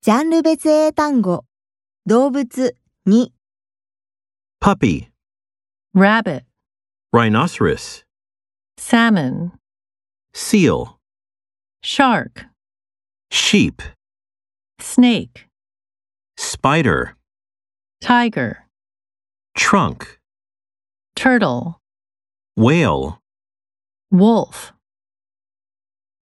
ジャンル別英単語、動物2、 puppy, rabbit, rhinoceros, salmon, seal, shark, sheep, snake, spider, tiger, trunk, turtle, whale. wolf.